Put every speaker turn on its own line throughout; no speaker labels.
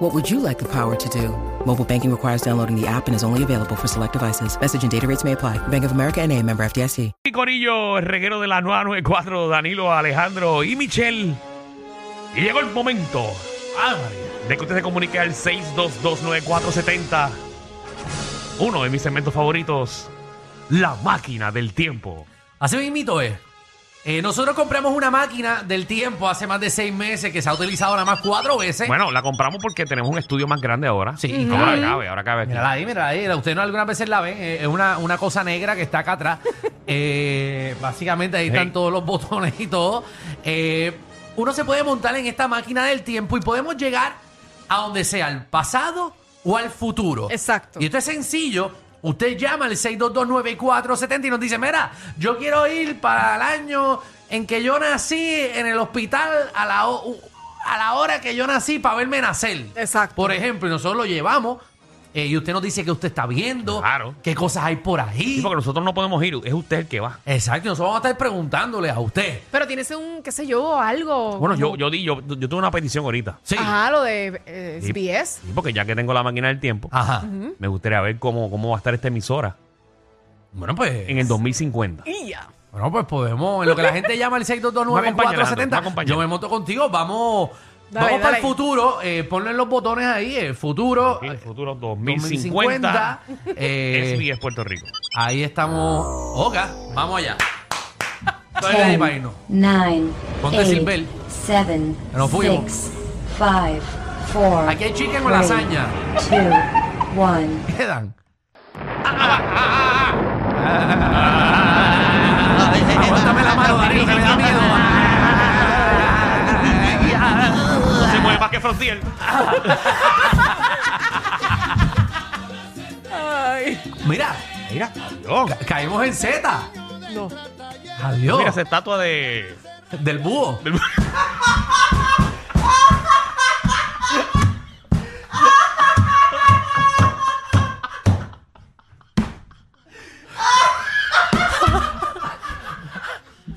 What would you like the power to do? Mobile banking requires downloading the app and is only available for select devices. Message and data rates may apply. Bank of America and a member FDIC.
Y Corillo, el reguero de la 994, Danilo, Alejandro y Michelle. Y llegó el momento ah, María, de que usted se comunique al 6229470. Uno de mis segmentos favoritos, la máquina del tiempo.
Así mismito es. Eh, nosotros compramos una máquina del tiempo hace más de seis meses que se ha utilizado nada más cuatro veces.
Bueno, la compramos porque tenemos un estudio más grande ahora.
Sí.
Y ahora cabe, ahora cabe. aquí.
Mírala ahí, mírala ahí. Ustedes no algunas veces la ven. eh, Es una, una cosa negra que está acá atrás. Eh, básicamente ahí están
Sí.
todos los botones y todo. Eh, uno se puede montar en esta máquina del tiempo y podemos llegar a donde sea, al pasado o al futuro.
Exacto.
Y esto es sencillo. Usted llama al 6229470 y nos dice, mira, yo quiero ir para el año en que yo nací en el hospital a la, ho- a la hora que yo nací para verme nacer.
Exacto.
Por ejemplo, y nosotros lo llevamos eh, y usted nos dice que usted está viendo,
Claro.
qué cosas hay por ahí.
Sí, porque nosotros no podemos ir, es usted el que va.
Exacto, y nosotros vamos a estar preguntándole a usted.
Pero tienes un, qué sé yo, algo.
Bueno, yo,
como-
yo, di, yo, yo tuve una petición ahorita.
Sí.
Ajá, lo de eh,
Sí.
SBS.
Sí, porque ya que tengo la máquina del tiempo,
Ajá.
me gustaría ver cómo, cómo va a estar esta emisora
Bueno, pues.
en el 2050.
Y ya.
Bueno, pues podemos. En lo que la gente llama el
Me acompaña, Leandro, me
6229470.
acompaña.
Yo me monto contigo. Vamos.
Dale,
vamos para
dale.
el futuro. Eh, ponle los botones ahí. El futuro.
Sí, el
eh,
futuro 2050,
2050, eh,
es 10 Puerto Rico.
ahí estamos. Oga, vamos allá. Estoy
Oh.
ready para irnos.
9,
Ponte Silver.
8, 7,
Nos fuimos.
6, 5, 4,
Aquí hay chicken con lasaña.
2, 1.
Quedan. Aguántame la mano, Danilo, que me da miedo.
Se mueve más que Frontier.
Ay.
Mira,
Mira, adiós.
ca- caímos en Z.
No.
Adiós.
Mira esa estatua de.
Del búho.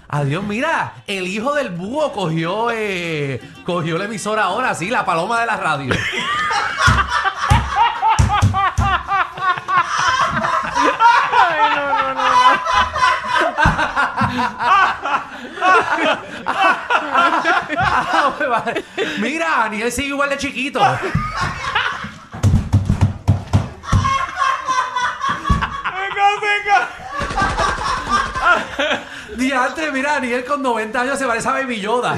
Adiós, mira, el hijo del búho cogió, eh, cogió la emisora ahora, sí, la paloma de la radio. Ah, pues vale. Mira, Daniel sigue igual de chiquito. Diante, mira, Daniel con 90 años se parece a Baby Yoda.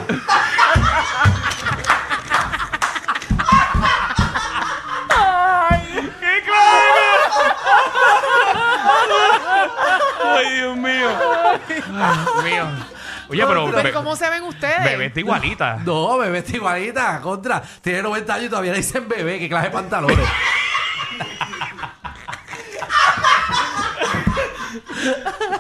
Ay, Dios mío. Dios mío. Oye, pero.
Pero
be-
¿cómo se ven ustedes?
Bebé está igualita.
No, bebé está igualita, contra. Tiene 90 años y todavía le dicen bebé, qué clase de pantalones.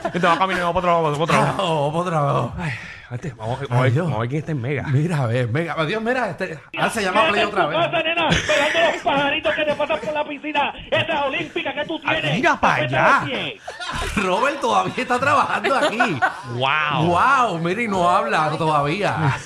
Te Este va caminando para otro lado, para otro lado.
Trabajo, por trabajo.
Ay, vete, Vamos a ver- vamos a ver-
Ay, Dios.
vamos a ver quién está en Mega.
Mira, a ver, venga, adiós, mira, este, ah, se llama Play otra vez.
Pasa, nena, pegando los pajaritos que te pasan por la piscina. Esa olímpica que tú tienes.
Ah, mira pa'
Aprieta
allá.
los pies.
Robert todavía está trabajando aquí.
¡Wow!
Wow, mira y no habla todavía.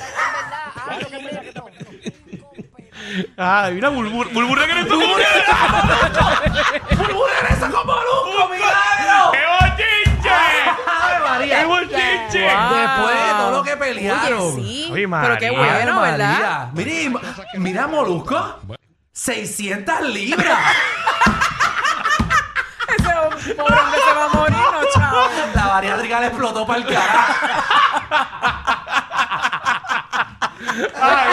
¡Ay, mira, Bulbur! ¡Bulbur que eres tú!
¡Bulbú regresa con Molusco, milagro!
¡Qué bochinche!
¡Ave
¡Qué
María!
bochinche!
Después de todo lo que pelearon.
Oye, sí.
Oye,
pero qué
María.
Ave
bueno, ¿verdad?
María. Mira, y ma- mira Molusco. 600 libras.
Ese hombre pobre hombre se va a morir, no, chao.
La bariátrica le explotó para el carajo.
Ay.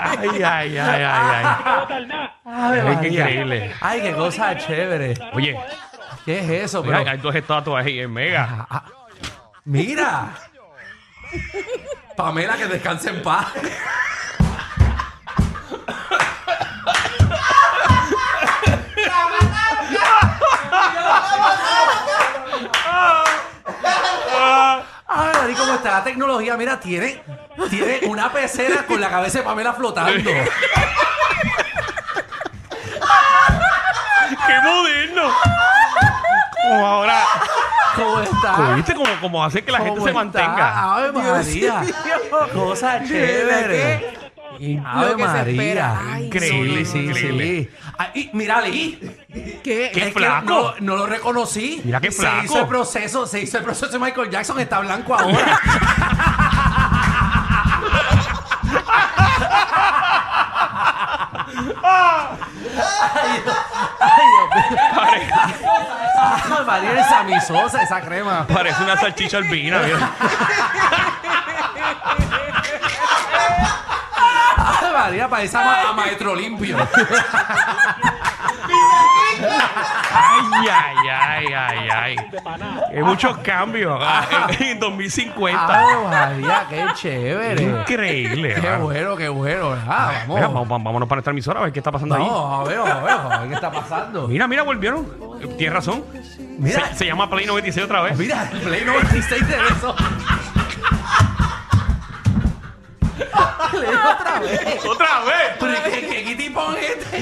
¡Ay, ay, ay, ay! ay.
No botar nada.
Ave
Ay, qué
María.
increíble.
Ay, qué cosa chévere.
Oye,
¿Qué es eso,
mira,
pero?
hay dos estatuas ahí en Mega.
Mira. Pamela, que descanse en paz. está la tecnología. Mira, tiene, tiene una pecera con la cabeza de Pamela flotando.
¡Qué moderno! Como ahora.
¿Cómo está?
como ¿Viste cómo, cómo hace que la gente
¿Cómo
se
está?
mantenga?
Ave María. Cosa chévere. Ave
Lo que se
María.
espera. Ay,
Increíble,
Sí, sí,
increíble.
sí. Ah, y mira, Ali.
¿Qué?
¿Qué?
Es que
flaco.
No, no lo reconocí.
Mira qué flaco.
Se hizo el proceso, se hizo el proceso de Michael Jackson, está blanco ahora. Ay, Dios- ay, Dios mío.
Pare-
Ah, María el Sammy Sosa, esa crema.
parece una salchicha albina. mira.
Ah, María parece a, ma- a Maestro Limpio.
Ay, ay, ay, ay, ay. Hay muchos cambios ah, en- en 2050.
Ah, María, qué chévere.
Increíble.
Qué
mano.
bueno, qué bueno. Ah,
Mira,
vamos.
vamos, vamos- vámonos para nuestra emisora a ver qué está pasando ahí.
Vamos, a ver, a ver, a ver qué está pasando.
Mira, mira, volvieron. Eh, Tienes razón.
Mira.
Se, se llama Play 96 otra vez.
Mira, el Play 96 de eso.
¡Otra vez!
Pero ¿qué, qué, qué tipo es este?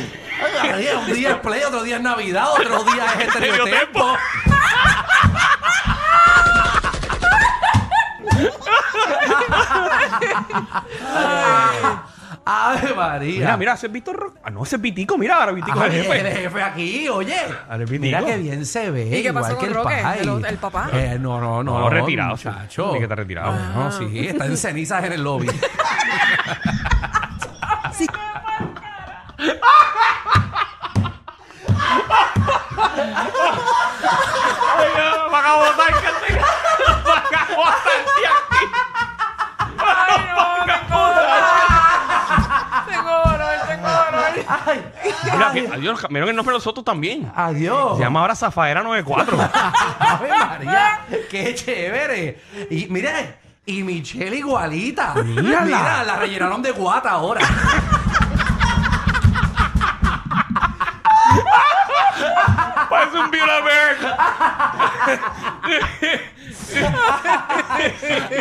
Ay, un día es Play, otro día es Navidad, otro día es estereotipo. Ave María.
Mira, mira, ese es Víctor Rock. Ah, no, ese es Vitico, mira, ahora Vitico
Ay,
es el jefe.
el jefe pues, aquí, oye.
Ahora es Vitico.
Mira que bien se ve.
¿Y qué
igual
pasó
que
con
el
Roque,
pai.
el otro- el papá?
Eh, no, no, no.
No, retirado, sí.
Muchacho.
Sí que está retirado.
Ah, No, sí, está en cenizas en el lobby.
Ay, no, van a botar, gente. Van a botar de aquí.
Ay, no, tengo dolor. Tengo dolor, tengo dolor.
Ay,
Mira, que, adiós, cambiaron el nombre de nosotros también.
adiós.
Se llama ahora Zafaera 94.
Ave María, qué chévere. Y mira, y Michelle igualita.
Mírala.
Mira, la rellenaron de guata ahora.
Parece un Viola Berg.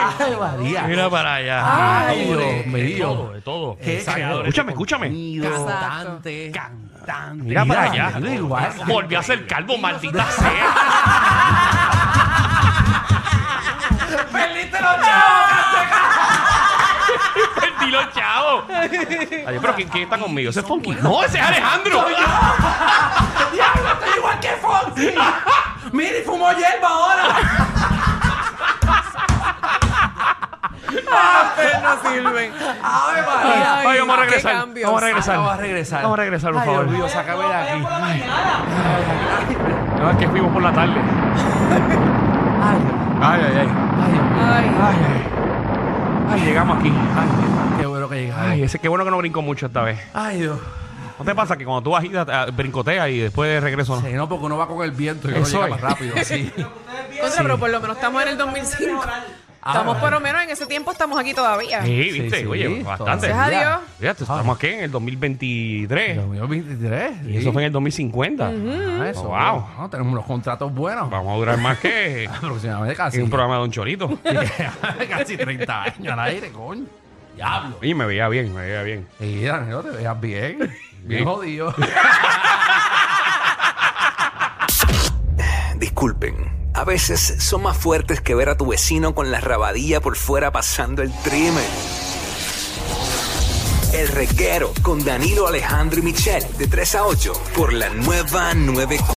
Ave María.
Mira para allá.
Ay,
Todo,
Dios
de-
mío.
De todo, de todo.
Qué
Exacto.
creadores
Escúchame, escúchame.
Cantante.
Cantante. Mira,
Mira,
para allá.
mira, igual.
Volvió a ser calvo, maldita sea.
¡Perdiste los chavos!
Perdí los chavos. Ay, pero ¿quién, quién está conmigo? Ese es Funky. No, ese es Alejandro.
¡Diablo, estoy igual que Foxy! ¡Mira, y fumó hierba ahora! Ah,
Pero no sirven.
¡Ave María!
Ay, Ah, vamos a regresar.
qué cambios.
Vamos a regresar.
Vamos a regresar.
Vamos a regresar, por
Ay,
favor.
Dios mío, sácame de aquí.
No, es que fuimos por la tarde.
Ay,
Ay, ay, ay.
ay,
Ay,
Ay, ay. Ay, llegamos aquí. Ay,
qué bueno que llegaste.
ay, ese qué bueno que no brinco mucho esta vez.
Ay, Dios.
¿No te pasa que cuando tú agitas, ah, brincoteas y después de regreso no?
Sí, no, porque uno va con el viento y uno
Eso
llega
es.
más rápido. Sí.
contra, pero por lo menos estamos en el 2005. Estamos por lo menos en ese tiempo, estamos aquí todavía.
Ah. Sí, viste,
sí,
oye,
sí,
bastante.
Gracias a Dios.
Fíjate, estamos aquí en el 2023.
2023.
Y eso fue en el 2050.
Ah, eso,
Wow.
no, tenemos unos contratos buenos.
Vamos a durar más que
Aproximadamente casi.
en un programa de Don Chorito.
casi 30 años al aire, coño. Diablo.
Y me veía bien, me veía bien.
Y Danilo, te veas bien.
Sí.
Bien jodido.
disculpen. A veces son más fuertes que ver a tu vecino con la rabadilla por fuera pasando el trimen. El reguero con Danilo Alejandro y Michel de 3 a 8 por la nueva 9.